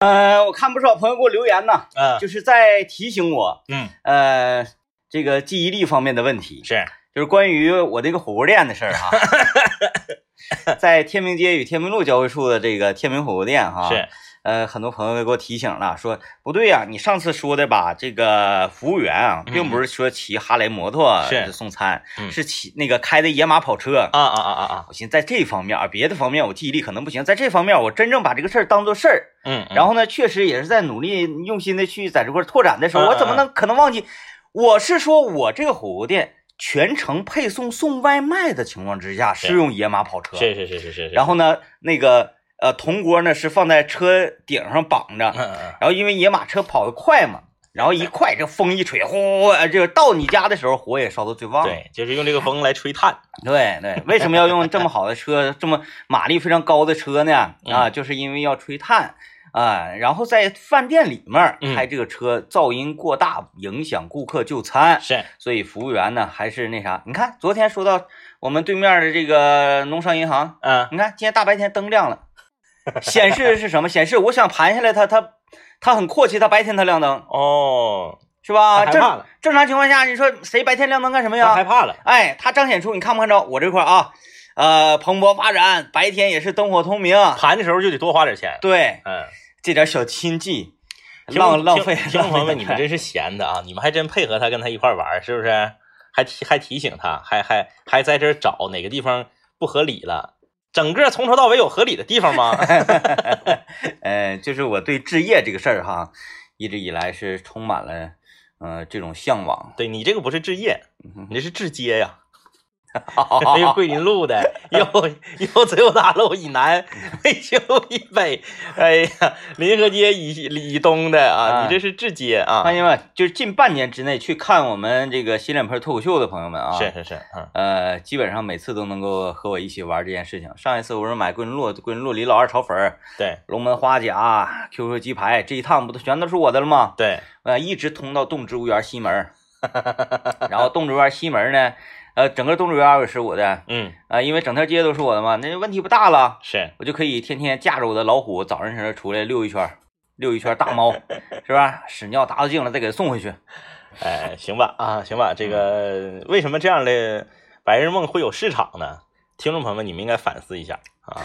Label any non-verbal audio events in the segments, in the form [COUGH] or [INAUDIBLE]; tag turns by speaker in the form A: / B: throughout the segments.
A: 呃，我看不少朋友给我留言呢，
B: 嗯，
A: 就是在提醒我，
B: 嗯，
A: 呃，这个记忆力方面的问题，
B: 是，
A: 就是关于我这个火锅店的事儿哈，
B: [LAUGHS]
A: 在天明街与天明路交汇处的这个天明火锅店哈，
B: 是，
A: 呃，很多朋友都给我提醒了，说不对呀、你上次说的吧，这个服务员啊，并不是说骑哈雷摩托
B: 嗯是
A: 送餐，
B: 嗯
A: 是骑那个开的野马跑车。
B: 啊啊啊啊啊，
A: 我寻思在这方面啊，别的方面我记忆力可能不行，在这方面我真正把这个事儿当做事儿，
B: 嗯，
A: 然
B: 后
A: 后呢，确实也是在努力用心的去在这块儿拓展的时候，
B: 嗯
A: 我怎么能可能忘记？我是说我这个火锅店全程配送送外卖的情况之下
B: 是
A: 是用野马跑车，
B: 嗯是是是是是，
A: 然
B: 后
A: 后呢，那个呃铜锅呢是放在车顶上绑着，
B: 嗯嗯
A: 然后因为野马车跑得快嘛，然后一快这风一吹，呼呼，呼呃就是到你家的时候火也烧到最旺。
B: 嗯，对，就是用这个风来吹炭，
A: [LAUGHS] 对对，为什么要用这么好的车，这么马力非常高的车呢？啊，
B: 嗯
A: 就是因为要吹碳啊，然后在饭店里面儿
B: 嗯
A: 开这个车噪音过大，影响顾客就餐，
B: 是，
A: 所以服务员呢还是那啥。你看昨天说到我们对面的这个农商银行，
B: 嗯，
A: 你看今天大白天灯亮
B: [LAUGHS]
A: 了，显示的是什么？显示我想盘下来它，它它很阔气，它白天它亮灯
B: 哦，
A: 是吧？
B: 他害怕
A: 正
B: 了，
A: 正常情况下，你说谁白天亮灯干什么
B: 他
A: 呀
B: 害？怕了，
A: 哎，它彰显出你看不看着我这块儿啊，呃，蓬勃发展，白天也是灯火通明，
B: 盘的时候就得多花点钱，
A: 对，
B: 嗯，
A: 这点小心计，
B: 听
A: 浪浪费，
B: 听
A: 浪
B: 众朋友
A: 费
B: 们，你们
A: 这
B: 真是闲的啊，你们还真配合他，跟他一块玩，是不是？还提还提醒他，还还还在这儿找哪个地方不合理了。整个从头到尾有合理的地
A: [LAUGHS]
B: 方吗？
A: 呃，就是我对置业这个事儿哈，一直以来是充满了呃这种向
B: [LAUGHS]
A: 往。
B: 对你这个不是置业，你这是置街呀、
A: 哎
B: 哎呦，桂林路的，又又自由大路以南，卫星路以北，哎呀，临河街以以东的啊，
A: 啊哎
B: 你这是置街啊
A: 欢，迎们，就是近半年之内去看我们这个洗脸盆脱口秀的朋友们啊，
B: 是是是，嗯，
A: 呃，基本上每次都能够和我一起玩这件事情。上一次我是买桂林路，桂林路里老二炒粉儿、
B: 对
A: 龙门花甲、QQ 鸡排，这一趟不都全都是我的了吗？
B: 对，
A: 呃，一直通到动植物园西门儿， [LAUGHS] 然后动植物园西门儿呢，呃，整个动植物园也是我的，
B: 嗯，
A: 呃，因为整条街都是我的嘛，那问题不大了，
B: 是，
A: 我就可以天天驾着我的老虎，早晨时候出来溜一圈儿，溜一圈儿大 [LAUGHS] 猫，是吧？屎尿打到净了再给它送回去。
B: 哎，行吧啊，行吧，这个为什么这样的白日梦会有市场呢？听众朋友们，你们应该反思一下啊， [LAUGHS]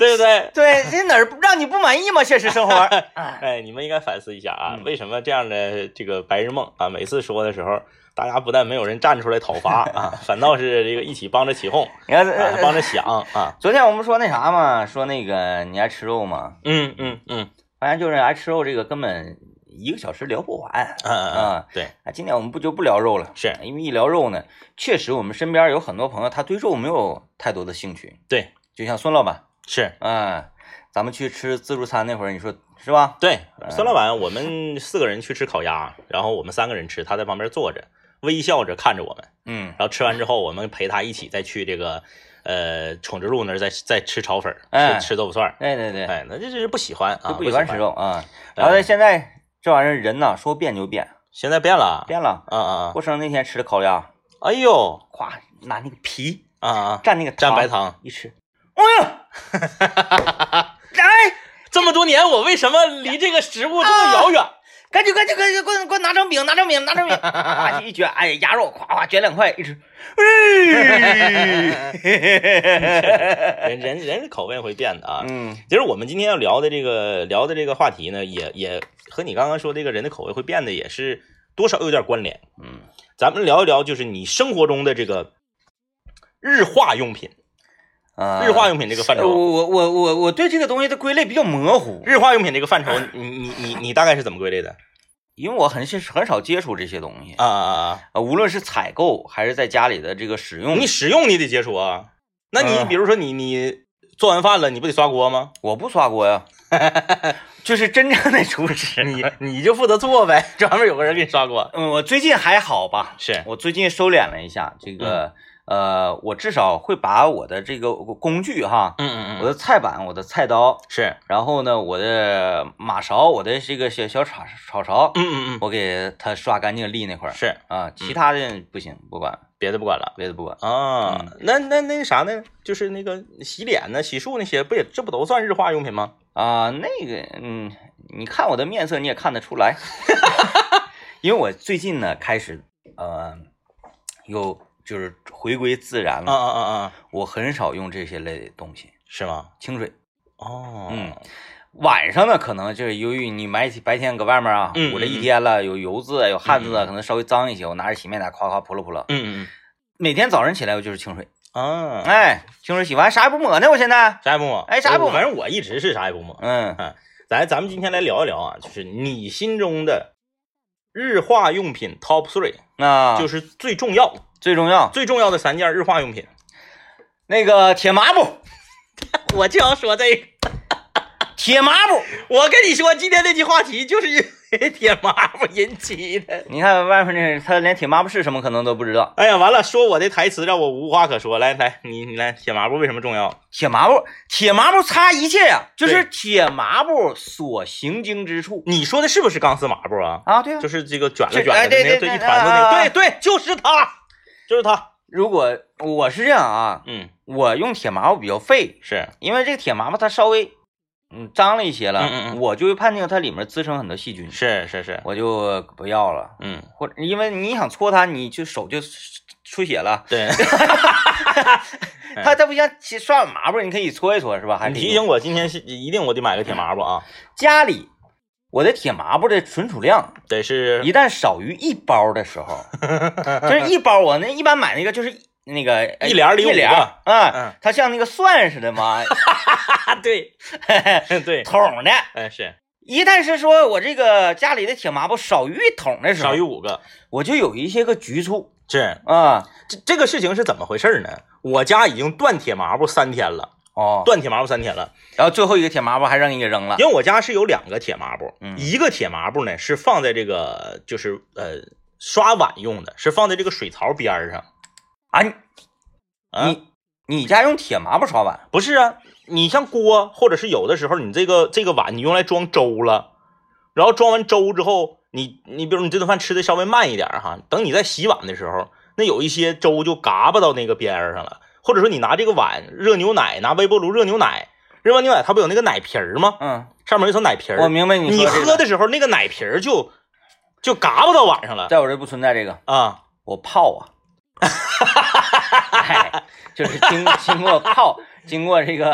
B: 对不对？
A: 对，这哪儿不让你不满意吗？现实生活，
B: 哎，你们应该反思一下啊，
A: 嗯
B: 为什么这样的这个白日梦啊，每次说的时候，大家不但没有人站出来讨
A: [LAUGHS]
B: 伐啊，反倒是这个一起帮着起哄，
A: [LAUGHS] 你看，
B: 啊
A: 呃
B: 帮着想啊，
A: [LAUGHS] 昨天我们说那啥嘛，说那个你爱吃肉吗？
B: 嗯嗯嗯
A: 发现就是爱吃肉这个根本一个小时聊不完。
B: 嗯嗯
A: 啊，
B: 对，
A: 啊，今天我们不就不聊肉了，
B: 是
A: 因为一聊肉呢，确实我们身边有很多朋友他对肉没有太多的兴趣，
B: 对
A: 就像孙老板，
B: 是，
A: 啊，咱们去吃自助餐那会儿，你说是吧？
B: 对，孙老板，我们四个人去吃烤鸭，然后我们三个人吃，他在旁边坐着，微笑着看着我们，
A: 嗯，
B: 然后吃完之后，我们陪他一起再去这个呃宠直路那儿再再吃炒粉儿，
A: 哎
B: 吃吃豆腐串儿，
A: 对对对，
B: 哎，那这是不喜欢啊，
A: 就不喜欢吃。肉啊。然后
B: 哎
A: 呢，现在这玩意儿人呐，说变就变，
B: 现在变了，
A: 变了。
B: 啊啊啊！
A: 过生日那天吃的烤鸭，
B: 哎呦
A: 咵拿那个皮
B: 啊啊！
A: 蘸那个
B: 蘸白糖，
A: 一吃，哎 [LAUGHS] 呀，来，
B: 这么多年我为什么离这个食物这么遥远？
A: 赶紧赶紧赶紧，给我给我拿张饼，拿张饼，拿张饼，啊，一卷，哎，鸭肉，咵咵卷两块，一吃，哎，
B: 人人人的口味会变的啊。
A: [LAUGHS] 嗯，
B: 其实我们今天要聊的这个聊的这个话题呢，也也和你刚刚说这个人的口味会变的也是多少有点关联。
A: 嗯，
B: 咱们聊一聊，就是你生活中的这个日化用品，
A: 啊哦
B: 日化用品这个范畴，
A: 我我我我对这个东西的归类比较模糊，
B: 日化用品这个范畴，你你你你大概是怎么归类的？
A: 因为我很是很少接触这些东西
B: 啊啊啊！
A: 呃无论是采购还是在家里的这个使
B: 啊！
A: 用
B: 你，使用你得接触啊，那你
A: 嗯
B: 比如说你你做完饭了，你不得刷锅吗？
A: 我不刷锅
B: [LAUGHS]
A: 呀，就是真正的厨师。
B: 你 [LAUGHS] 你就负责做呗， [LAUGHS] 专门有个人给你刷锅。
A: 嗯，我最近还好吧，
B: 是，
A: 我最近收敛了一下这个，
B: 嗯
A: 呃，我至少会把我的这个工具哈，
B: 嗯嗯
A: 我的菜板、我的菜刀，
B: 是，
A: 然后呢，我的马勺、我的这个小小炒炒勺，
B: 嗯嗯
A: 我给它刷干净立那块儿
B: 嗯，是，
A: 啊，其他的不行，不管。
B: 别的不管了。
A: 别的不管。
B: 啊
A: 嗯，
B: 那那那啥呢？就是那个洗脸呢、洗漱那些，不也这不都算日化用品吗？
A: 啊，那个，嗯，你看我的面色，你也看得出来， [LAUGHS] 因为我最近呢开始，呃，又就是回归自然
B: 啊
A: 了，
B: 啊啊啊，
A: 我很少用这些类的东西，
B: 是吗？
A: 清水。
B: 哦，
A: 嗯，晚上呢，可能就是由于你白白天搁外面啊
B: 嗯，
A: 捂了一
B: 嗯
A: 天了，有油渍啊，有汗渍啊，
B: 嗯
A: 可能稍微脏一些，我拿着洗面奶夸夸扑了扑了。
B: 嗯嗯
A: 每天早晨起来我就是清水，
B: 嗯啊，
A: 哎，清水洗完啥也不抹呢，我现在，
B: 啥也不抹，
A: 哎啥也不抹
B: 反正我一直是啥也不抹。
A: 嗯
B: 咱咱们今天来聊一聊啊，就是你心中的日化用品 top three，、
A: 那
B: 就是最重要、
A: 最重要
B: 最重要的三件日化用品。
A: 那个铁抹布，
B: 我就要说这个，
A: 铁抹布。
B: 我跟你说，今天这期话题就是因为铁抹布引起的。
A: 你看外面那人，他连铁抹布是什么可能都不知道。
B: [LAUGHS] 哎呀，完了，说我的台词让我无话可说。来来，你你来，铁抹布为什么重要？
A: 铁抹布，铁抹布擦一切呀、就是
B: 对
A: 铁抹布所行经之处
B: 你说的是不是钢丝抹布啊？
A: 啊。对啊，
B: 就是这个卷了
A: 这
B: 卷了
A: 哎
B: 的
A: 对
B: 那个，
A: 对对
B: 一团子那
A: 啊
B: 个，对对，就是它，就是它。
A: 如果我是这样啊，
B: 嗯，
A: 我用铁抹布比较费，
B: 是，
A: 因为这个铁抹布它稍微嗯脏了一些了，
B: 嗯嗯嗯
A: 我就会判定它里面滋生很多细菌，
B: 是是是，
A: 我就不要了。
B: 嗯，
A: 或者因为你想搓它，你就手就出血了。
B: [LAUGHS] 对。哎
A: 它它不像其刷碗抹布，你可以搓一搓是吧？还
B: 你
A: 可以
B: 提
A: 用
B: 醒我，今天是一定我得买个铁抹布啊，
A: 家里我的铁抹布的存储量
B: 得是
A: 一旦少于一包的时
B: [LAUGHS]
A: 候，就是一包，我那一般买那个就是一那个呃
B: 一帘儿里有
A: 一帘儿
B: 嗯
A: 啊，它像那个蒜似的
B: [LAUGHS]
A: 嘛，
B: 啊，对 [LAUGHS] 对，
A: 桶的。
B: 哎是
A: 一旦是说我这个家里的铁抹布少于一桶的时候，
B: 少于五个，
A: 我就有一些个局促
B: 是
A: 啊。
B: 这这个事情是怎么回事呢？我家已经断铁抹布三天了，
A: 哦，
B: 断铁抹布三天了，
A: 然后最后一个铁抹布还让人给扔了。
B: 因为我家是有两个铁抹布，
A: 嗯
B: 一个铁抹布呢是放在这个就是呃刷碗用的，是放在这个水槽边儿上。
A: 啊，你
B: 啊
A: 你你家用铁抹布刷碗？
B: 不是啊，你像锅，或者是有的时候你这个这个碗你用来装粥了，然后装完粥之后，你你比如你这顿饭吃的稍微慢一点儿哈，等你在洗碗的时候，那有一些粥就嘎巴到那个边儿上了，或者说你拿这个碗热牛奶，拿微波炉热牛奶，热完牛奶它不有那个奶皮儿吗？
A: 嗯，
B: 上面有一层奶皮儿，
A: 我明白你
B: [LAUGHS]
A: 说
B: 你
A: 这
B: 喝
A: 个，
B: 的时候那个奶皮儿就就嘎巴到碗上了
A: [LAUGHS] 在我这不存在这个。
B: 啊。
A: 我泡啊，哎，就是经经过泡，经过这个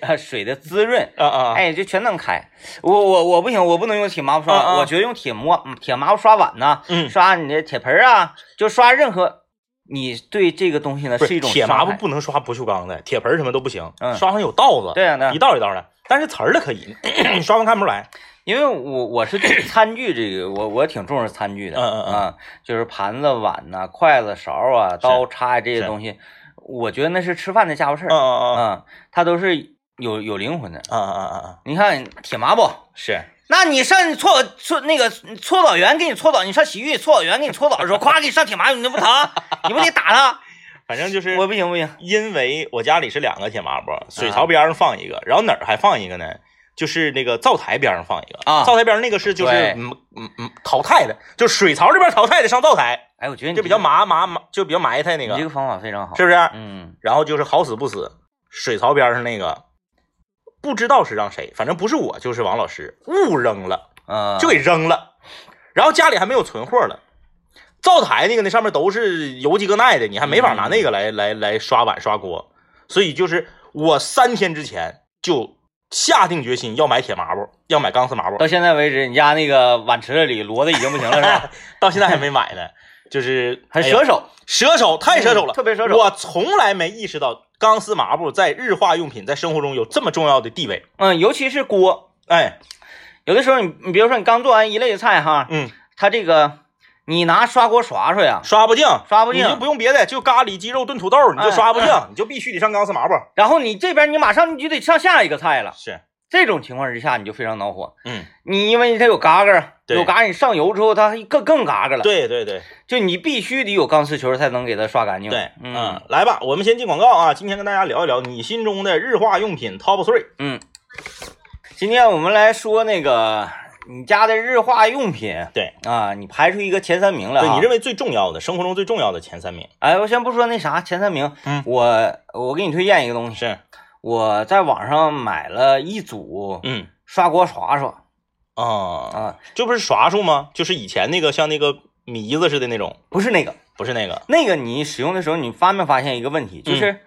A: 呃水的滋润，
B: 啊啊！
A: 哎，就全能开。我我我不行，我不能用铁抹布刷碗，
B: 啊啊
A: 我觉得用铁抹嗯铁抹布刷碗呢，
B: 嗯
A: 刷你的铁盆儿啊，就刷任何你对这个东西呢
B: 不
A: 是一种
B: 铁
A: 伤
B: 抹布
A: 害
B: 不能刷不锈钢的，铁盆儿什么都不行，
A: 嗯
B: 刷上有道子，
A: 对呀、对呀啊
B: 一道一道的，但是词儿的可以， [CLEARS THROAT] 你刷完看不出来。
A: 因为我我是对餐具这个，我我挺重视餐具的，
B: 嗯嗯嗯
A: 啊，就是盘子、碗呐、筷子、勺啊、刀叉呀这些东西，我觉得那是吃饭的家伙事儿。
B: 嗯
A: 嗯，它都是有有灵魂的。
B: 嗯嗯嗯嗯，
A: 你看铁抹布，
B: 是
A: 那你上搓搓那个搓澡员给你搓澡，你上洗浴搓澡员给你搓澡的时候，咵给你上铁抹布，你那不疼？你不得打他？
B: 反正就
A: [LAUGHS]
B: 是
A: 我不嗯行不行，
B: 因为我家里是两个铁抹布，水槽边上放一个，然后哪儿还放一个呢？就是那个灶台边上放一个
A: 啊
B: 灶台边上那个是就是
A: 对
B: 嗯嗯嗯淘汰的，就水槽这边淘汰的上灶台，
A: 哎，我觉得你
B: 就比较麻麻麻，就比较埋汰那
A: 这个，
B: 个
A: 你，这个方法非常好。
B: 是不是？
A: 嗯，
B: 然后就是好死不死，水槽边上那个不知道是让谁，反正不是我就是王老师误扔了。
A: 呃，
B: 就给扔了，然后家里还没有存货了。灶台那个那上面都是油鸡搁耐的，你还没法拿那个来、来来刷碗刷锅，所以就是我三天之前就下定决心要买铁抹布，要买钢丝抹布，
A: 到现在为止，你家那个碗池子里摞的已经不行了，是 [LAUGHS] 吧？
B: 到现在还没买呢，就是
A: 很
B: 哎呀
A: 蛇手，
B: 蛇手太蛇手了，
A: 嗯特别蛇手
B: 我从来没意识到钢丝抹布在日化用品在生活中有这么重要的地位。
A: 嗯，尤其是锅，
B: 哎，
A: 有的时候你你比如说你刚做完一类菜哈，
B: 嗯，
A: 它这个你拿刷锅刷刷呀，
B: 刷不净，
A: 刷不净
B: 你就不用别的，就咖喱鸡肉炖土豆，你就
A: 哎
B: 刷不净，你就必须得上钢丝抹布。
A: 然后你这边你马上你就得上下一个菜了。
B: 是，
A: 这种情况之下，你就非常恼火。
B: 嗯。
A: 你因为它有嘎嘎儿，
B: 对
A: 有嘎，你上油之后它更更嘎嘎了。，
B: 对对对
A: 就你必须得有钢丝球才能给它刷干净。
B: 对，
A: 嗯，
B: 来吧，我们先进广告啊。今天跟大家聊一聊你心中的日化用品 Top Three。
A: 今天我们来说那个你家的日化用品，
B: 对
A: 啊，你排出一个前三名来、啊，
B: 对你认为最重要的，生活中最重要的前三名
A: 哎，我先不说那啥前三名，
B: 嗯
A: 我我给你推荐一个东西，
B: 是，
A: 我在网上买了一组
B: 嗯
A: 刷锅刷刷
B: 啊，
A: 啊，
B: 这不是刷刷吗？就是以前那个像那个糜子似的那种，
A: 不是那个，
B: 不是那个，
A: 那个你使用的时候，你发没发现一个问题，
B: 嗯
A: 就是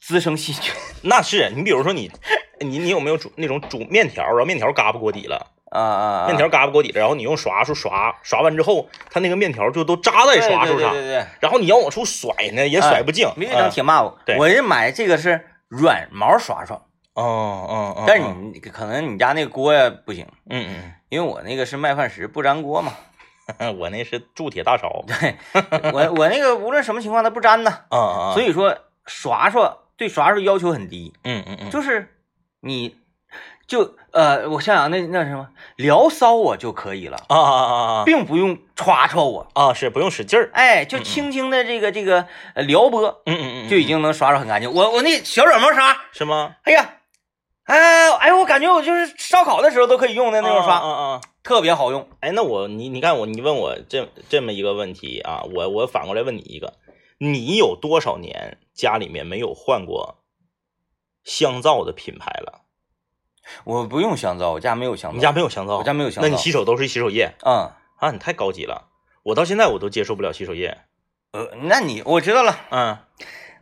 A: 滋生细菌
B: 那是你比如说你，你你有没有煮那种煮面条，然后面条嘎巴锅底了，
A: 啊啊啊，
B: 面条嘎巴锅底了，然后你用刷刷刷刷完之后，它那个面条就都扎在
A: 对
B: 刷
A: 对
B: 刷上，
A: 对哎对对，
B: 然后你要往出甩呢，也甩不净，
A: 没有张
B: 嗯
A: 铁骂我，
B: 对
A: 我是买这个是软毛刷刷，
B: 哦哦哦，
A: 但是你你可能你家那个锅呀不行，
B: 嗯嗯
A: 因为我那个是麦饭石不粘锅嘛，
B: 嗯，我那是铸铁大勺，
A: 对我我那个无论什么情况它不粘呐，
B: 啊啊，
A: 所
B: 以
A: 以说刷刷对刷刷要求很低，
B: 嗯嗯嗯，
A: 就是你就呃我想想那那什么聊骚我就可以了，
B: 啊啊啊啊
A: 并不用刷刷我。
B: 啊，是不用使劲儿，
A: 哎，就轻轻的这个这个呃撩拨，
B: 嗯嗯嗯，
A: 就已经能刷刷很干
B: 嗯
A: 净。我我那小软毛刷，
B: 是吗？
A: 哎呀，哎哎，我感觉我就是烧烤的时候都可以用的那种刷，
B: 啊啊。
A: 特别好用。
B: 哎，那我你你看我你问我这这么一个问题啊，我我反过来问你一个，你有多少年家里面没有换过香皂的品牌了？
A: 我不用香皂，我家没有香皂。
B: 你家没有香皂？
A: 我家没有香
B: 那
A: 皂
B: 你洗手都是洗手液
A: 嗯
B: 啊？你太高级了，我到现在我都接受不了洗手液。
A: 呃，那你我知道了，
B: 嗯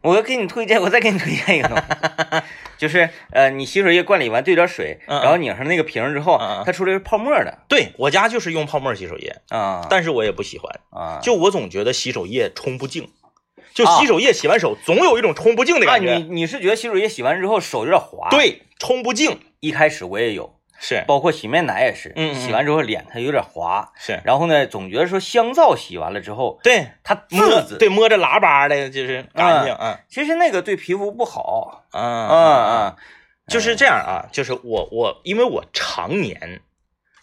A: 我给你推荐，我再给你推荐一个东西，
B: [LAUGHS]
A: 就是呃，你洗手液罐里完兑点水，
B: 嗯嗯
A: 然后拧上那个瓶儿之后，
B: 嗯嗯
A: 它出来是泡沫的
B: 对我家就是用泡沫洗手液，
A: 啊。
B: 但是我也不喜欢，
A: 啊，
B: 就我总觉得洗手液冲不净，就
A: 啊
B: 洗手液洗完手总有一种冲不净的
A: 啊，
B: 感觉。
A: 你你是觉得洗手液洗完之后手有点滑？，
B: 对，冲不净
A: 一开始我也有，
B: 是
A: 包括洗面奶也是，
B: 嗯嗯嗯
A: 洗完之后脸它有点滑，
B: 是，
A: 然后呢，总觉得说香皂洗完了之后
B: 对。
A: 它
B: 摸
A: 渍子，，啊
B: 对摸着喇叭的，就是干净，嗯
A: 其实那个对皮肤不好，
B: 嗯
A: 嗯
B: 嗯，
A: 嗯
B: 就是这样啊，就是我我因为我常年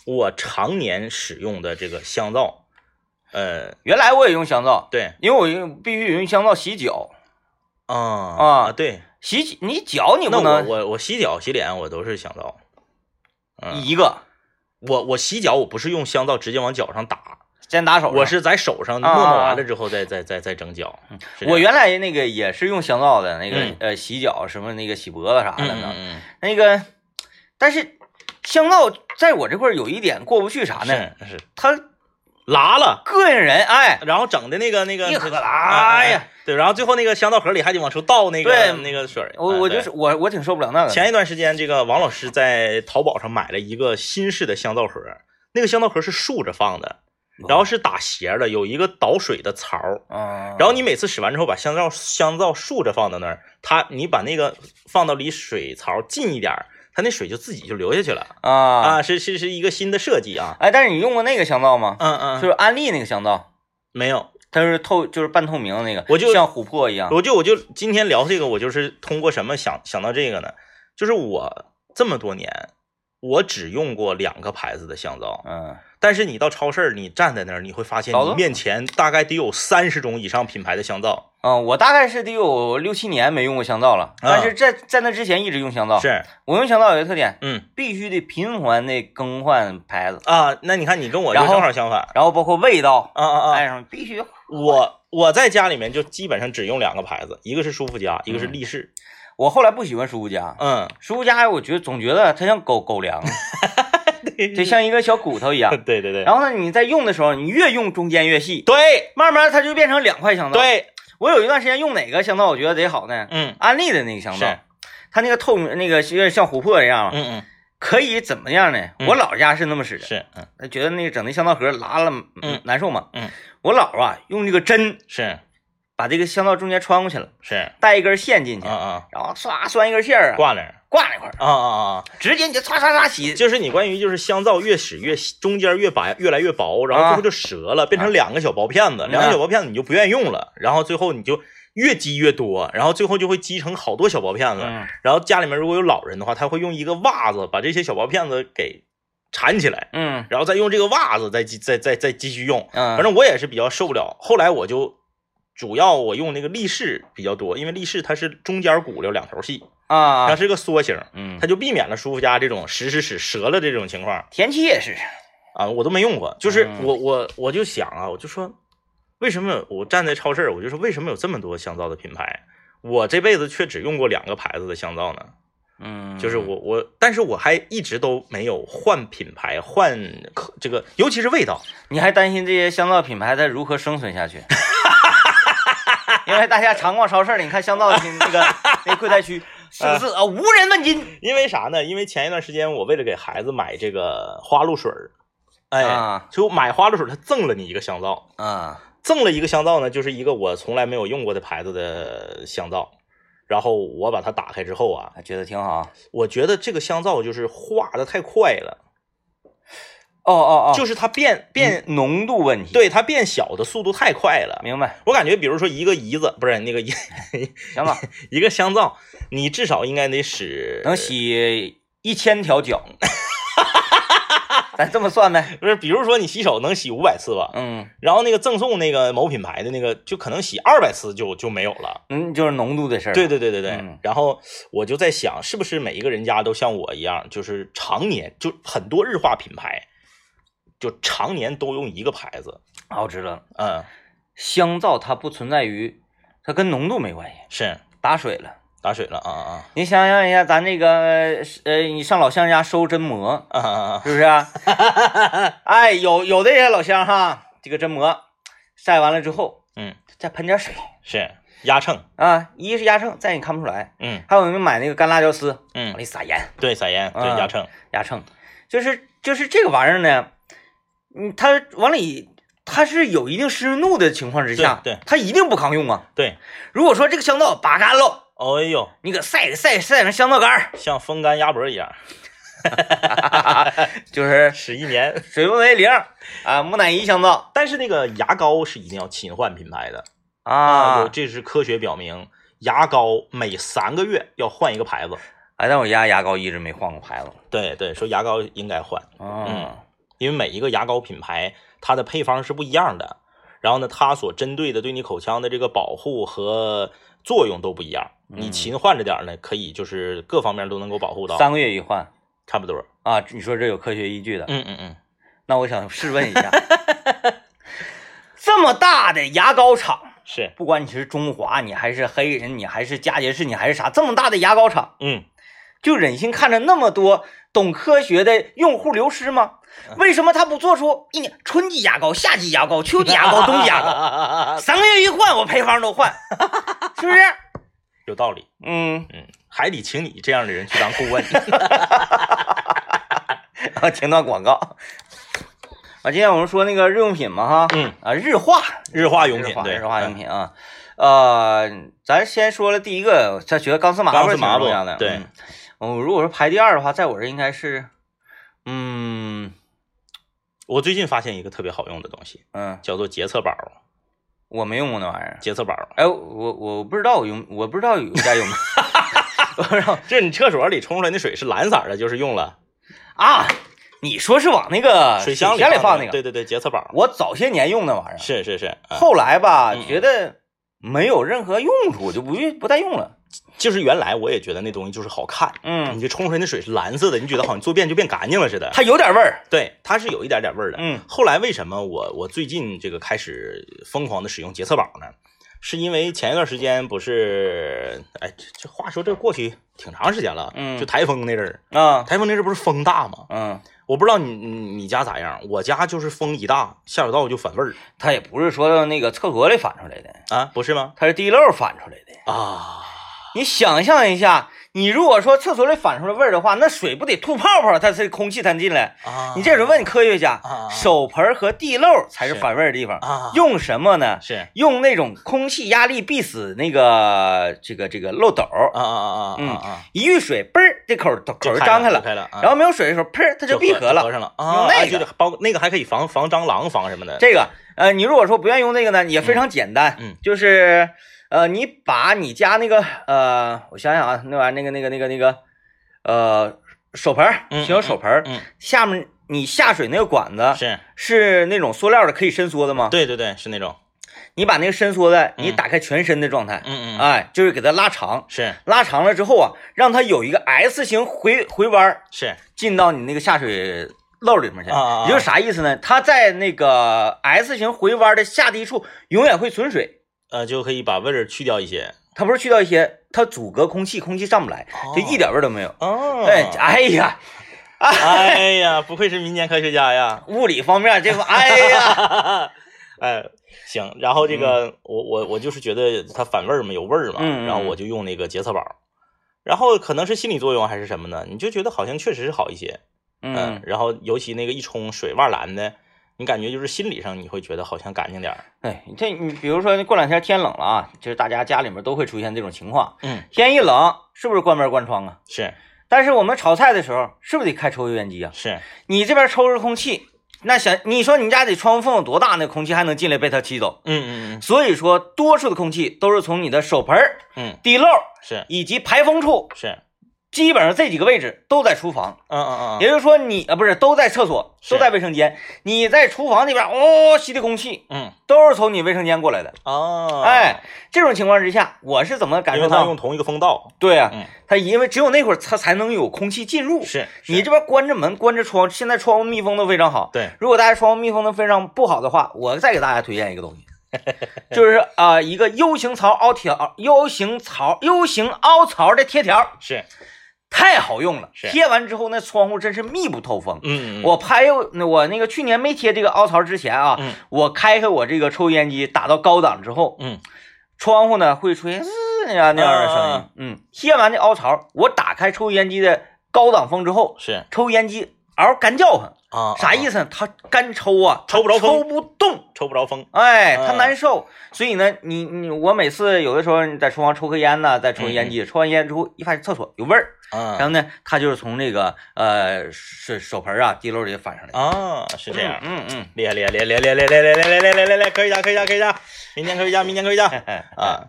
B: 我常年使用的这个香皂，呃，
A: 原来我也用香皂，
B: 对，
A: 因为我用必须用香皂洗脚，
B: 啊
A: 啊
B: 对，
A: 洗你脚你
B: 那
A: 不
B: 我
A: 能
B: 我我洗脚洗脸我都是香皂，嗯，
A: 一个
B: 我我洗脚我不是用香皂直接往脚上打，
A: 先打手上，
B: 我是在手上
A: 啊
B: 磨
A: 啊
B: 磨
A: 啊
B: 完了之后再再再再整脚，是这
A: 我
B: 样
A: 原来那个也是用香皂的，那个、
B: 嗯
A: 呃洗脚什么那个洗脖子啥
B: 嗯
A: 的
B: 嗯
A: 呢，
B: 嗯
A: 那个但是香皂在我这块儿有一点过不去啥
B: 嗯
A: 呢，
B: 是是
A: 它
B: 拉了。
A: 膈应人，哎。
B: 然后整的那个那个
A: 一喝啦
B: 哎
A: 哎呀
B: 呀，对，然后最后那个香皂盒里还得往出倒那个
A: 对
B: 那个水儿。
A: 我
B: 哎
A: 我
B: 对
A: 就是我我挺受不了那个的，
B: 前一段时间，这个王老师在淘宝上买了一个新式的香皂盒，那个香皂盒是竖着放的，
A: 哦
B: 然后是打斜的，有一个倒水的槽儿。
A: 嗯，
B: 然后你每次使完之后，把香皂香皂竖着放到那儿，它你把那个放到离水槽近一点儿，它那水就自己就流下去了
A: 啊
B: 啊！是是是一个新的设计啊！
A: 哎，但是你用过那个香皂吗？
B: 嗯嗯，
A: 就是安利那个香皂，
B: 没有，
A: 它是透，就是半透明的那个，
B: 我就
A: 像琥珀一样。
B: 我就我就今天聊这个，我就是通过什么想想到这个呢？就是我这么多年，我只用过两个牌子的香皂，
A: 嗯，
B: 但是你到超市儿，你站在那儿，你会发现
A: 找到
B: 你面前大概得有三十种以上品牌的香皂。
A: 嗯，我大概是得有六七年没用过香皂了，但是在在那之前一直用香皂。
B: 啊是，
A: 我用香皂有一个特点，
B: 嗯
A: 必须得频繁的更换牌子，
B: 啊，那你看你跟我就
A: 然后
B: 正好相反。
A: 然后包括味道，
B: 啊啊啊！
A: 哎，必须。
B: 我我在家里面就基本上只用两个牌子，一个是舒肤佳，一
A: 嗯
B: 个是力士。
A: 我后来不喜欢舒肤佳，
B: 嗯，
A: 舒肤佳我觉得总觉得它像狗狗
B: [LAUGHS]
A: 粮，
B: 对
A: 就像一个小骨头一样。
B: [LAUGHS] 对对对
A: 然后呢，你在用的时候，你越用中间越细，
B: 对
A: 慢慢它就变成两块香皂。，
B: 对，
A: 我有一段时间用哪个香皂，我觉得贼好呢？
B: 嗯
A: 安利的那个香
B: 是
A: 皂，它那个透明，那个有点像琥珀一样，
B: 嗯嗯
A: 可以怎么样呢？
B: 嗯
A: 我姥家是那么使的，
B: 是嗯
A: 她觉得那个整那香皂盒拉了
B: 嗯
A: 难受嘛。
B: 嗯，
A: 我姥啊用这个针
B: 是
A: 把这个香皂中间穿过去了，
B: 是
A: 带一根线进去
B: 啊，啊
A: 然后唰拴一根线儿啊，
B: 挂那儿
A: 挂那块儿，
B: 啊啊啊！
A: 直接你就唰唰唰洗。
B: 就是你关于就是香皂越使越细中间越白越来越薄，然后最后就折了，变成两个小薄片子，
A: 嗯
B: 两个小薄片子你就不愿意用了，然后最后你就越积越多，然后最后就会积成好多小薄片子。
A: 嗯
B: 然后家里面如果有老人的话，他会用一个袜子把这些小薄片子给缠起来，
A: 嗯
B: 然后再用这个袜子再继再再再继续用。
A: 嗯，
B: 反正我也是比较受不了，后来我就主要我用那个力士比较多，因为力士它是中间骨溜两头细，
A: 啊
B: 它，是个缩形，
A: 嗯
B: 它，就避免了舒肤佳这种使使使折了这种情况
A: 田七也是，
B: 啊，我都没用过。就是
A: 嗯
B: 我我我就想啊，我就说，为什么我站在超市，我就说为什么有这么多香皂的品牌，我这辈子却只用过两个牌子的香皂呢？
A: 嗯，
B: 就是我我，但是我还一直都没有换品牌，换口这个，尤其是味道。
A: 你还担心这些香皂品牌它如何生存下去？
B: [LAUGHS]
A: 因为大家常逛超市，你看香皂品
B: [LAUGHS]
A: 那个那柜台区是不是啊无人问津？
B: 因为啥呢？因为前一段时间我为了给孩子买这个花露水儿，哎，
A: 啊
B: 就买花露水儿，他赠了你一个香皂，
A: 啊
B: 赠了一个香皂呢，就是一个我从来没有用过的牌子的香皂。然后我把它打开之后啊，
A: 觉得挺好。
B: 我觉得这个香皂就是化的太快了，
A: 哦哦哦，
B: 就是它变
A: 变
B: 变，
A: 浓度问题。，
B: 对它变小的速度太快了。
A: 明白。
B: 我感觉，比如说一个胰子，不是那个一
A: 行
B: [LAUGHS]
A: 吧，
B: 一个香皂，你至少应该得使
A: 能洗一千条脚，
B: [LAUGHS]
A: 咱这么算呗。
B: 不是，比如说你洗手能洗五百次吧，
A: 嗯
B: 然后那个赠送那个某品牌的那个，就可能洗二百次就就没有了。
A: 嗯，就是浓度的事儿。
B: 对，对对对对，
A: 嗯
B: 然后我就在想，是不是每一个人家都像我一样，就是常年就很多日化品牌，就常年都用一个牌子，
A: 啊，我知道了。
B: 嗯，
A: 香皂它不存在于，它跟浓度没关系，
B: 是
A: 打水了。
B: 打水了啊啊
A: 你想象一下，咱这个呃，你上老乡家收榛蘑，
B: 啊啊啊啊！
A: 是不是、啊？ [LAUGHS] 哎，有有的些老乡哈，这个榛蘑晒完了之后，
B: 嗯，
A: 再喷点水
B: 是压秤，
A: 啊，一是压秤，再你看不出来。
B: 嗯
A: 还有人买那个干辣椒丝，往
B: 嗯，
A: 里撒盐
B: 对撒盐，对
A: 啊
B: 压秤，
A: 压秤，就是就是这个玩意儿呢，嗯，它往里它是有一定湿度的情况之下，
B: 对对
A: 它一定不扛用啊。
B: 对，
A: 如果说这个香皂拔干喽，
B: 哎呦，
A: 你给晒晒晒成香皂干儿，
B: 像风干鸭脖一样，
A: [LAUGHS] 就是
B: 使一年。
A: 水温为零啊，木乃伊香皂
B: 但是那个牙膏是一定要勤换品牌的，有
A: 啊。
B: 这是科学表明，牙膏每三个月要换一个牌子。
A: 哎，但我家牙膏一直没换过牌子
B: 对对，说牙膏应该换，嗯
A: 啊。
B: 因为每一个牙膏品牌它的配方是不一样的，然后呢，它所针对的对你口腔的这个保护和作用都不一样。你勤换着点儿呢，可以就是各方面都能够保护到，
A: 三个月一换
B: 差不多。
A: 啊，你说这有科学依据的？
B: 嗯嗯嗯，
A: 那我想试问一下，这么大的牙膏厂，
B: 是，
A: 不管你是中华，你还是黑人，你还是佳洁士，你还是啥，这么大的牙膏厂，
B: 嗯，
A: 就忍心看着那么多懂科学的用户流失吗？
B: 嗯
A: 为什么他不做出一年春季牙膏、夏季牙膏、秋季牙膏、冬季牙
B: [LAUGHS]
A: 膏，
B: 膏
A: 三个月一换，我配方都换，是不是？
B: 有道理。
A: 嗯， [LAUGHS]
B: 嗯，海底请你这样的人去当顾 [LAUGHS] 问。
A: 啊，停段广告。啊，今天我们说那个日用品嘛，哈，
B: 嗯，
A: 啊，日化，
B: 日化用品
A: 日化
B: 对嗯
A: 日化用品啊，呃，咱先说了第一个，咱觉得钢丝麻
B: 钢
A: 布
B: 丝
A: 挺
B: 麻
A: 重
B: 布
A: 要的，
B: 对
A: 嗯，嗯，如果说排第二的话，在我这应该是，嗯
B: 我最近发现一个特别好用的东西，
A: 嗯，
B: 叫做洁厕宝。
A: 我没用过那玩意儿，
B: 洁厕宝，
A: 哎，我我不知道我用，我不知道有家有
B: [LAUGHS]
A: 没有，我不知道
B: 就是你厕所里冲出来那水是蓝色儿的，就是用了
A: 啊，你说是往那个
B: 水
A: 箱
B: 箱
A: 里
B: 里
A: 放
B: 的
A: 那个，
B: 对对对，洁厕宝。
A: 我早些年用那玩意儿，
B: 是是是，啊
A: 后来吧，
B: 嗯
A: 觉得没有任何用
B: [LAUGHS]
A: 处，就不用不再用了。
B: 就是原来我也觉得那东西就是好看，
A: 嗯，
B: 你就冲出来那水是蓝色的，你觉得好像坐便就变干净了似的。
A: 它有点味儿。
B: 对，它是有一点点味儿的。
A: 嗯
B: 后来为什么我我最近这个开始疯狂的使用洁厕宝呢？是因为前一段时间不是，哎，这这话说这过去挺长时间了，
A: 嗯
B: 就台风那阵儿，
A: 啊，
B: 台风那阵儿不是风大吗？
A: 嗯，
B: 我不知道你你你家咋样，我家就是风一大，下水道就反味儿
A: 它也不是说那个厕所里反出来的，
B: 啊，不是吗？
A: 它是地漏反出来的。
B: 啊，
A: 你想象一下，你如果说厕所里反出来味儿的话，那水不得吐泡泡，它是空气才进来。
B: 啊
A: 你这时候问科学家
B: 啊啊，
A: 手盆和地漏才是
B: 是
A: 反味儿的地方，
B: 啊
A: 用什么呢？
B: 是啊
A: 用那种空气压力必死那个这个这个漏斗，
B: 啊啊啊
A: 嗯
B: 啊啊，
A: 一遇水，嘣儿，这口儿口儿
B: 就
A: 就张开了
B: 就，开了，啊
A: 然后没有水的时候，砰儿，它就闭
B: 合
A: 合
B: 合
A: 了。
B: 上了
A: 用
B: 啊，
A: 那
B: 哎
A: 个
B: 就得包括那个还可以防防蟑螂、防什么的。
A: 这个，呃，你如果说不愿意用这个呢，也非常简单，
B: 嗯嗯
A: 就是，呃，你把你家那个，呃，我想想啊，那玩意儿，那个那个那个那个，呃，手盆儿，
B: 嗯
A: 洗手手盆儿，
B: 嗯，
A: 下面你下水那个管子
B: 是
A: 是那种塑料的，可以伸缩的吗？
B: 对对对，是那种
A: 你把那个伸缩的，
B: 嗯
A: 你打开全身的状态，
B: 嗯嗯，
A: 哎，就是给它拉长，
B: 是
A: 拉长了之后啊，让它有一个 S 型回回弯儿
B: 是，
A: 进到你那个下水漏里面去。
B: 啊啊啊
A: 也就是啥意思呢？它在那个 S 型回弯的下低处永远会存水，
B: 呃，就可以把味儿去掉一些。
A: 它不是去掉一些，它阻隔空气，空气上不来，就一点味儿都没有。
B: 哦，
A: 哎，哎呀，
B: 哎呀，不愧是民间科学家呀！
A: 物理方面这个，哎
B: [LAUGHS]
A: 呀，
B: 哎，行，然后这个、我我我就是觉得它反味儿嘛，有味儿嘛，
A: 嗯嗯嗯
B: 然后我就用那个洁厕宝，然后可能是心理作用还是什么呢？你就觉得好像确实是好一些，
A: 嗯，
B: 然后尤其那个一冲水哇蓝的，你感觉就是心理上你会觉得好像干净点儿，
A: 哎，这你比如说过两天天冷了啊，就是大家家里面都会出现这种情况，
B: 嗯，
A: 天一冷是不是关门关窗啊？
B: 是
A: 但是我们炒菜的时候是不是得开抽油烟机啊？
B: 是，
A: 你这边抽着空气，那想你说你家得窗户缝有多大，那空气还能进来被它吸走？
B: 嗯嗯
A: 所以说，多数的空气都是从你的手盆儿、
B: 嗯嗯，
A: 地漏
B: 是
A: 以及排风处，
B: 是，
A: 基本上这几个位置都在厨房。
B: 嗯嗯
A: 也
B: 嗯
A: 就是说你，啊不是都在厕所，
B: 是
A: 都在卫生间。你在厨房那边，哦，吸的空气
B: 嗯，
A: 都是从你卫生间过来的。
B: 哦，，
A: 哎，这种情况之下，我是怎么感
B: 因
A: 受
B: 为它
A: 到
B: 用？同一个风道，
A: 对啊
B: 嗯，
A: 它因为只有那会儿它才能有空气进入。
B: 是
A: 你这边关着门，关着窗，现在窗户密封的非常好。
B: 对，
A: 如果大家窗户密封的非常不好的话，我再给大家推荐一个东西，就是啊、一个 U 型槽凹条，U 型槽 U 型凹槽的贴条，
B: 是，
A: 太好用了。
B: 是
A: 贴完之后，那窗户真是密不透风。
B: 嗯嗯，
A: 我拍那我那个去年没贴这个凹槽之前啊，
B: 嗯
A: 我开开我这个抽烟机打到高档之后，
B: 嗯
A: 窗户呢会出现嘶那样那样的声音。
B: 啊
A: 嗯，贴完这凹槽，我打开抽烟机的高档风之后，
B: 是
A: 抽烟机嗷干叫唤，
B: 啊，
A: 啥意
B: 思？
A: 思呢？它干抽啊，
B: 抽不着
A: 抽
B: 风，
A: 不动，
B: 抽不着风，
A: 哎，它
B: 嗯
A: 难受。所以呢，你你我每次有的时候你在厨房抽颗烟呢，在抽烟机，抽完烟之后一发现厕所有味儿，然
B: 嗯
A: 后呢，它就是从那个呃手手盆啊滴漏里反上来。
B: 啊，是这样。
A: 嗯嗯
B: 厉害厉害厉害厉害厉害厉害厉害厉害厉害厉害厉害！科学家科学家科学家，民间科学家民间科学家
A: 嗯 [LAUGHS] 哎，
B: 啊，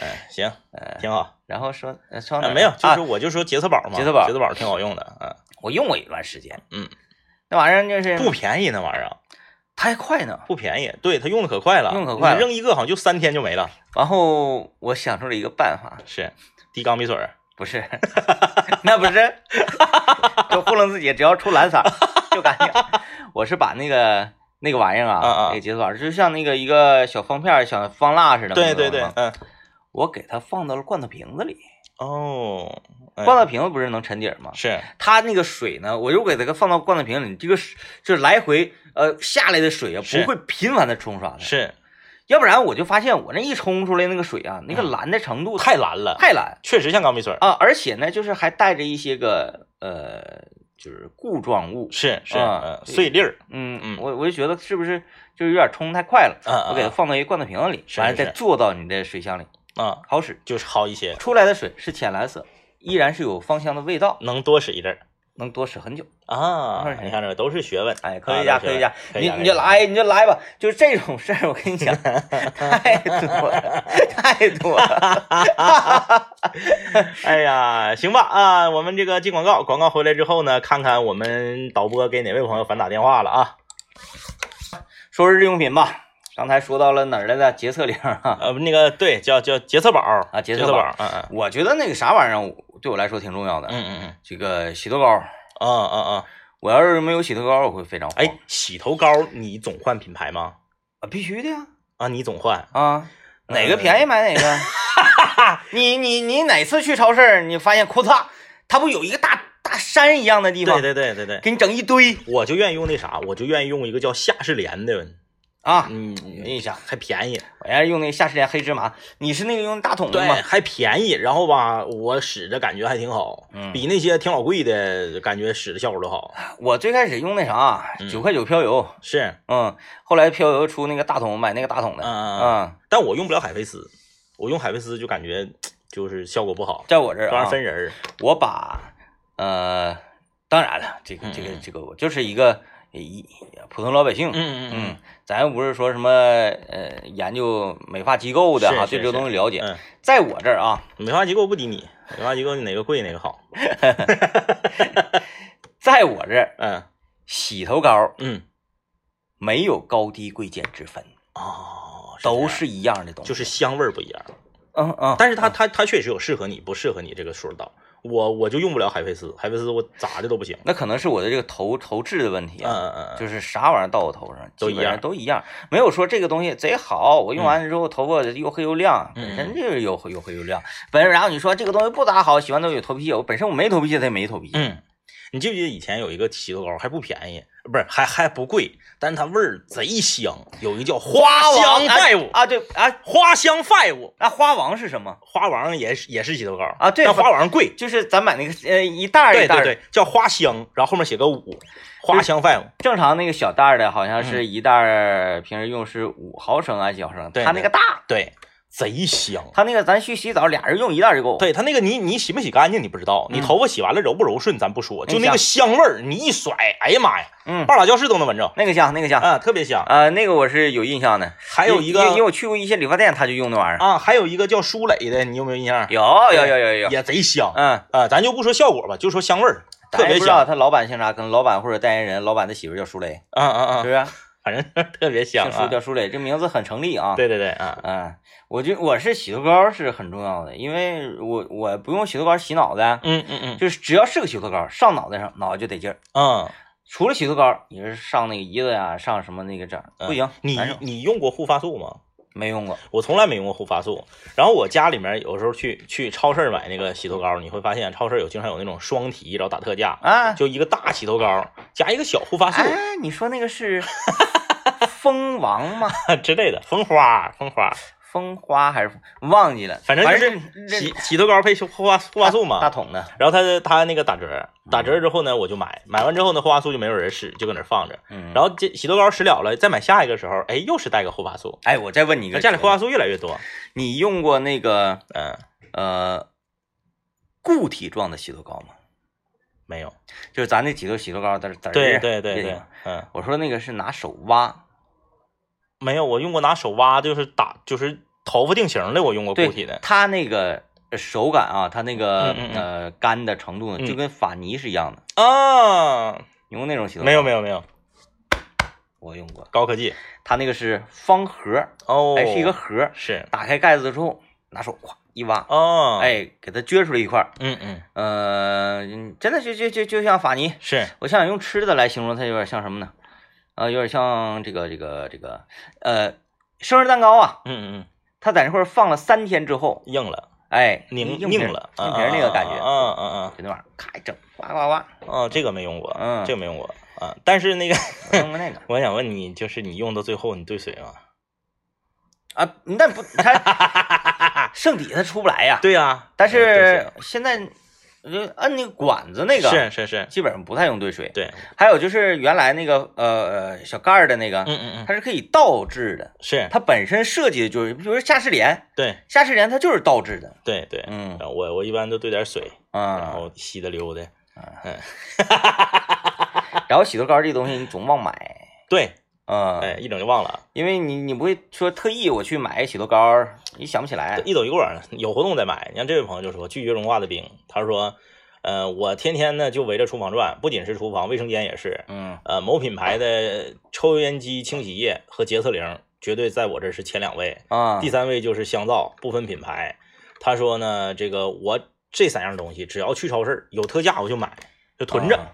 B: 嗯，行，挺好。
A: 然后说呃说哪
B: 啊
A: 儿
B: 没有，就是
A: 啊，
B: 我就说洁厕宝嘛，
A: 洁厕宝
B: 洁厕宝挺好用的，嗯，
A: 我用过一段时间，
B: 嗯，
A: 那玩意儿就是
B: 不便宜那玩意儿，
A: 太快呢。
B: 不便宜，对它用的可快了，
A: 用得可快了
B: 你扔一个好像就三天就没了，
A: 然后我想出了一个办法，
B: 是滴钢笔水儿，
A: 不是， [LAUGHS] 那不是， [LAUGHS] 就糊弄自己，只要出蓝色儿就干净。 [LAUGHS] 我是把那个那个玩意儿啊，
B: 啊啊
A: 那个节奏板，就像那个一个小方片儿、小方蜡似的。
B: 对对对
A: 那种，的
B: 嗯，
A: 我给它放到了罐头瓶子里。
B: 哦，哎
A: 罐头瓶子不是能沉底儿吗？
B: 是
A: 它那个水呢，我如果给它放到罐头瓶里，这个水就是来回呃下来的水啊，
B: 是
A: 不会频繁的冲刷的。
B: 是
A: 要不然我就发现我那一冲出来那个水啊，那个
B: 嗯
A: 蓝的程度
B: 太蓝了，
A: 太蓝。
B: 确实像钢笔水儿，
A: 啊，而且呢，就是还带着一些个呃，就是固状物。
B: 是是，
A: 啊
B: 嗯，
A: 对
B: 碎粒儿，
A: 嗯
B: 嗯
A: 我我就觉得是不是就是有点冲太快了，
B: 嗯，
A: 我给它放到一罐头瓶子里，
B: 是
A: 完了
B: 是
A: 再
B: 是
A: 做到你的水箱里，
B: 它啊，
A: 好使。
B: 就是好一些，
A: 出来的水是浅蓝色，依然是有芳香的味道，
B: 能多使一阵儿。
A: 能多使很久。
B: 啊
A: 二，十
B: 你看这个都是学问，
A: 哎，
B: 啊
A: 科学家，
B: 都
A: 科
B: 是
A: 学家，
B: 科学
A: 你
B: 家
A: 你就，来，你就来吧。就是这种事儿，我跟你讲，太多了，太多了。
B: 科学家哎呀，行吧啊，我们这个进广告，广告回来之后呢，看看我们导播给哪位朋友反打电话了啊？
A: 说日用品吧，刚才说到了哪儿来着？洁厕灵啊，
B: 呃，那个对，叫叫洁厕宝
A: 啊
B: 洁
A: 洁
B: 厕
A: 厕宝
B: 宝，嗯嗯
A: 我觉得那个啥玩意儿对我来说挺重要的。
B: 嗯嗯嗯，
A: 这个洗头膏，
B: 嗯嗯嗯，
A: 我要是没有洗头膏，我会非常慌。
B: 哎，洗头膏你总换品牌吗？
A: 啊，必须的呀！
B: 啊，你总换，
A: 啊，
B: 嗯
A: 哪个便宜买哪 [LAUGHS] 个。你你你哪次去超市，你发现库嚓，它不有一个大大山一样的地方，
B: 对对对对对，
A: 给你整一堆
B: 我就愿意用那啥，我就愿意用一个叫夏士莲的，
A: 啊！
B: 嗯，
A: 一下，
B: 还便宜，
A: 我要是用那个夏士莲黑芝麻，你是那个用大桶的
B: 对，
A: 吗？
B: 还便宜，然后吧，我使着感觉还挺好，
A: 嗯
B: 比那些挺老贵的感觉使的效果都好。
A: 我最开始用那啥啊
B: 嗯
A: 九块九漂油，
B: 是，
A: 嗯，后来漂油出那个大桶，买那个大桶的，
B: 嗯嗯，
A: 嗯，
B: 但我用不了海飞丝，我用海飞丝就感觉就是效果不好，
A: 在我这
B: 这
A: 儿
B: 玩意
A: 啊
B: 儿，分人儿。
A: 我把呃，当然了，这个这
B: 嗯
A: 个
B: 嗯
A: 这个，我就是一个一普通老百姓，
B: 嗯
A: 嗯，咱又不是说什么呃研究美发机构的
B: 是
A: 啊，
B: 是
A: 对这个东西了解。
B: 嗯，
A: 在我这儿啊，
B: 美发机构不敌你，美发机构哪个贵哪个好。
A: 在我这儿
B: 嗯
A: 洗头膏
B: 嗯，
A: 没有高低贵贱之分，
B: 哦，
A: 哦，都是一样的东西，
B: 就是香味儿不一样。
A: 嗯嗯，
B: 但是它它它确实有适合你不适合你这个数道，我我就用不了海飞丝，海飞丝我咋的都不行。
A: 那可能是我的这个投投掷的问题
B: 嗯
A: 啊，
B: 嗯嗯嗯，
A: 就是啥玩意儿到我头上
B: 都
A: 基
B: 一
A: 本上
B: 样
A: 都一样，没有说这个东西贼好，我用完了之后头发又黑又亮，
B: 嗯
A: 本身就是有有黑又亮。本身然后你说这个东西不咋好，喜欢都有头皮屑，我本身我没头皮屑，它也没头皮屑。
B: 嗯，你记不记得以前有一个奇多膏还不便宜，不是还还不贵，但是它味儿贼香，有一个叫花
A: 王
B: 香 five，、
A: 啊，对啊，
B: 花香 five，
A: 那花王是什么？
B: 花王也是也是奇多膏
A: 啊对
B: 但花王贵，
A: 就是咱买那个呃一袋儿
B: 对
A: 一袋
B: 对
A: 儿，
B: 对，叫花香，然后后面写个五，花香 five，
A: 正常那个小袋儿的，好像
B: 嗯
A: 是一袋儿，平时用是五毫升啊，几毫升，
B: 对
A: 它那个大，
B: 对，贼香。
A: 它那个咱去洗澡俩人用一袋儿就够。
B: 对它那个你你洗没洗干净你不知道，你
A: 嗯哎
B: 头发洗完了柔不柔顺咱不说，就
A: 那
B: 那个香味儿，你一甩，哎呀妈呀，
A: 嗯，
B: 半拉教室都能闻着，
A: 那个香那个香，
B: 啊，特别香。
A: 呃，那个我是有印象的。
B: 还有一
A: 因因因为
B: 个
A: 我去过一些理发店，他就用那玩意儿。
B: 啊，还有一个叫舒蕾的，你有没有印象？
A: 有有有有有，
B: 也贼香
A: 嗯，
B: 啊！咱就不说效果吧，就说香味儿，特
A: 咱也
B: 别
A: 不知道
B: 香。
A: 他老板姓啥，跟老板或者代言人，老板的媳妇叫舒蕾，
B: 嗯嗯
A: 是不
B: [LAUGHS] 嗯，
A: 是？ [LAUGHS]
B: 反正特别香
A: 姓舒
B: 啊。
A: 叫舒蕾，这名字很成立啊。
B: 对对对啊，
A: 嗯，我觉我是洗头膏是很重要的，因为我我不用洗头膏洗脑袋，
B: 嗯嗯嗯
A: 就是只要是个洗头膏上脑袋上，脑袋就得劲儿。
B: 嗯，
A: 除了洗头膏，你是上那个胰子呀，上什么那个这儿
B: 嗯
A: 不行，
B: 你
A: 难受
B: 你用过护发素吗？
A: 没用过。
B: 我从来没用过护发素。然后我家里面有时候去去超市买那个洗头膏，你会发现超市有经常有那种双提，然后打特价，
A: 啊
B: 就一个大洗头膏加一个小护发素
A: 哎，你说那个是
B: [LAUGHS]
A: 蜂王吗？
B: 之类的，蜂花蜂花，
A: 蜂花还是忘记了，
B: 反正就是
A: 这
B: 洗洗头膏配护发护发素嘛
A: 大。桶的，
B: 然后他他那个打折，打折之后呢，我就买，买完之后呢，护发素就没有人使，就搁那儿放着。
A: 嗯，
B: 然后这洗头膏使了了，再买下一个时候，哎，又是带个护发素，
A: 哎，我再嗯问你一
B: 那
A: 个，
B: 家里护发，素越来越多。
A: 你用过那个
B: 嗯，
A: 呃固体状的洗头膏吗？
B: 没有。
A: 就是咱那几头洗头膏，嘚儿嘚儿
B: 对对对
A: 液体
B: 对
A: 嘛，
B: 嗯，
A: 我说那个是拿手挖，
B: 没有。我用过拿手挖，就是打，就是头发定型的，我用过
A: 对
B: 固体的。
A: 它那个手感啊，它那个
B: 嗯嗯嗯
A: 呃干的程度呢，
B: 嗯
A: 就跟法泥是一样的。
B: 啊，
A: 你用那种洗头膏
B: 没有没有没有，
A: 我用过，
B: 高科技
A: 它那个是方盒，
B: 哦，
A: 哎哎，是一个盒，
B: 是
A: 打开盖子之后拿手咵一挖，
B: 哦，，
A: 哎，给它撅出来一块儿，
B: 嗯嗯，
A: 呃，嗯真的就就就就像法泥，
B: 是
A: 我想用吃的来形容它，有点像什么呢？啊、有点像这个这个这个呃，生日蛋糕啊，
B: 嗯嗯
A: 它在那块儿放了三天之后，
B: 嗯，硬了，
A: 哎，
B: 拧
A: 硬
B: 拧了，啊
A: 硬皮儿那个感觉，
B: 嗯嗯嗯
A: 就那玩意儿，咔一整，哇哇哇，
B: 嗯，哦，这个没用过，
A: 嗯
B: 这个没用过啊。但是那个，
A: 我用过那个
B: 我想问你，就是你用到最后，你兑水吗？
A: 啊，那不
B: [LAUGHS]
A: 它剩底它出不来呀，
B: 对呀，
A: 啊但
B: 对
A: 是现在就摁那个管子那个
B: 是是是，
A: 基本上不太用兑水， [LAUGHS]
B: 对，
A: 还有就是原来那个呃呃小盖儿的那个，
B: 嗯嗯嗯，
A: 它是可以倒置的，
B: 是，
A: 它本身设计的就是，比如说夏士莲，
B: 对
A: 夏士莲它就是倒置的，
B: 对对，
A: 嗯
B: 然后我我一般都兑点水，然
A: 啊，
B: 后稀的溜的，
A: 然后洗头膏这东西你总忘买，
B: 对，
A: 嗯，
B: 哎，一整就忘了，
A: 因为你你不会说特意我去买洗头膏，你想不起来，
B: 一走一过儿，有活动再买。你像这位朋友就说拒绝融化的冰，他说，呃，我天天呢就围着厨房转，不仅是厨房，卫生间也是。
A: 嗯，
B: 呃，某品牌的抽油烟机清洗液和洁厕灵绝对在我这是前两位，
A: 啊
B: 第，三位就是香皂，不分品牌。他说呢，这个我这三样东西只要去超市有特价我就买，就囤着。
A: 啊。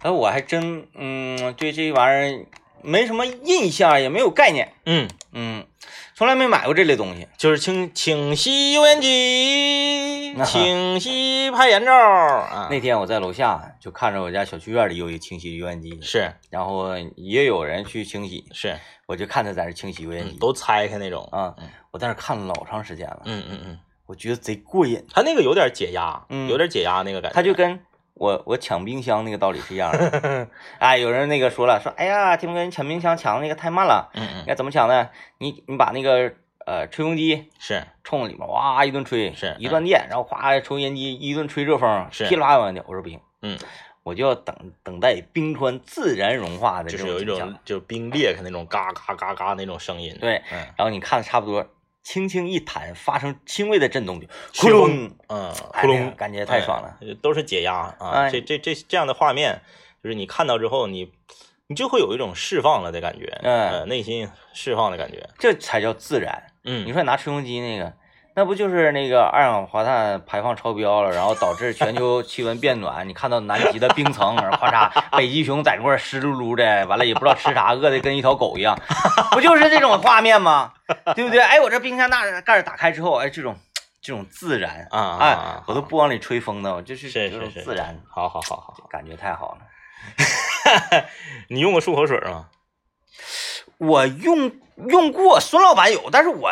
A: 哎，我还真嗯对这玩意儿没什么印象，也没有概念，
B: 嗯，
A: 嗯，从来没买过这类东西，
B: 就是清清洗油烟机
A: 啊哈，
B: 清洗拍眼罩啊，
A: 那天我在楼下就看着我家小区院里有一个清洗油烟机，
B: 是
A: 然后也有人去清洗，
B: 是、
A: 我就看他在那清洗油烟
B: 嗯
A: 机。
B: 都拆开那种。
A: 啊
B: 嗯，
A: 我在那看了老长时间了，
B: 嗯嗯嗯，
A: 我觉得贼过瘾。
B: 他那个有点解压，
A: 嗯
B: 有点解压那个感觉。
A: 他就跟我我抢冰箱那个道理是一样的。
B: [LAUGHS]
A: 哎，有人那个说了，说哎呀，天哥，你抢冰箱抢的那个太慢了，
B: 嗯
A: 应
B: 嗯
A: 该怎么抢呢？你你把那个呃吹风机
B: 是
A: 冲里面哇一顿吹，
B: 是
A: 一断电，然后哗抽油烟机一顿吹热风，
B: 是
A: 噼里啪啦往掉。我说不行，
B: 嗯，
A: 我就要等等待冰川自然融化的
B: 就
A: 这
B: 是
A: 种
B: 有一
A: 景象
B: 种就冰裂开那种嘎嘎嘎嘎那种声音。，
A: 对，
B: 嗯
A: 然后你看的差不多，轻轻一弹，发生轻微的震动就
B: 旋
A: 窟
B: 风
A: 窿，
B: 嗯，
A: 哎
B: 窟
A: 那
B: 窿
A: 个感觉太爽了。
B: 哎都是解压啊！
A: 哎
B: 这这这这样的画面，就是你看到之后，你你就会有一种释放了的感觉，
A: 嗯
B: 呃，内心释放的感觉，
A: 这才叫自然。你
B: 嗯，
A: 说拿吹风机那个，那不就是那个二氧化碳排放超标了，然后导致全球气温变暖？你看到南极的冰层，然后咔嚓，北极熊在那块儿湿漉漉的，完了也不知道吃啥，饿的跟一条狗一样，不就是这种画面吗？对不对？哎，我这冰箱大盖儿打开之后，哎，这种这种自然，
B: 啊啊
A: 哎
B: 啊，
A: 我都不往里吹风的，我就是这
B: 是是
A: 种
B: 是，
A: 自然，
B: 好好好好好，
A: 感觉太好了。
B: 你用过漱口水吗？
A: 我用用过，孙老板有，但是我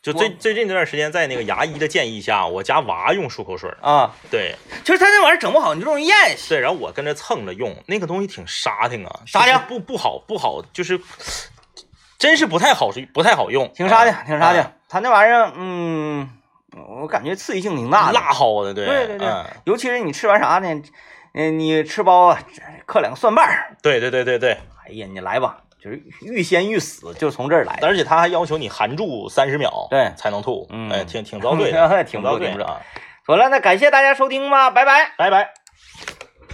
B: 就最
A: 我
B: 最近这段时间，在那个牙医的建议下，我家娃用漱口水儿，
A: 啊，
B: 对
A: 就是他那玩意儿整不好，你就容易咽下。
B: 对，然后我跟着蹭着用，那个东西挺沙挺啊，
A: 沙挺
B: 不不好不好，就是真是不太好不太好用，
A: 挺沙的
B: 啊，
A: 挺沙
B: 啊
A: 的。他那玩意儿，嗯，我感觉刺激性挺大的。
B: 辣蒿的，对
A: 对对对
B: 嗯
A: 尤其是你吃完啥呢？嗯，你吃包啊，嗑两个蒜瓣儿。
B: 对对对对对，
A: 哎呀，你来吧，就是欲仙欲死，就从这儿来。
B: 而且他还要求你含住三十秒，
A: 对
B: 才能吐，
A: 嗯 [LAUGHS]
B: [LAUGHS] 哎，挺挺遭罪的，
A: 挺不
B: 遭
A: 错
B: 罪
A: 挺不错
B: 啊，
A: 好了，那感谢大家收听吧，拜拜。
B: 拜拜。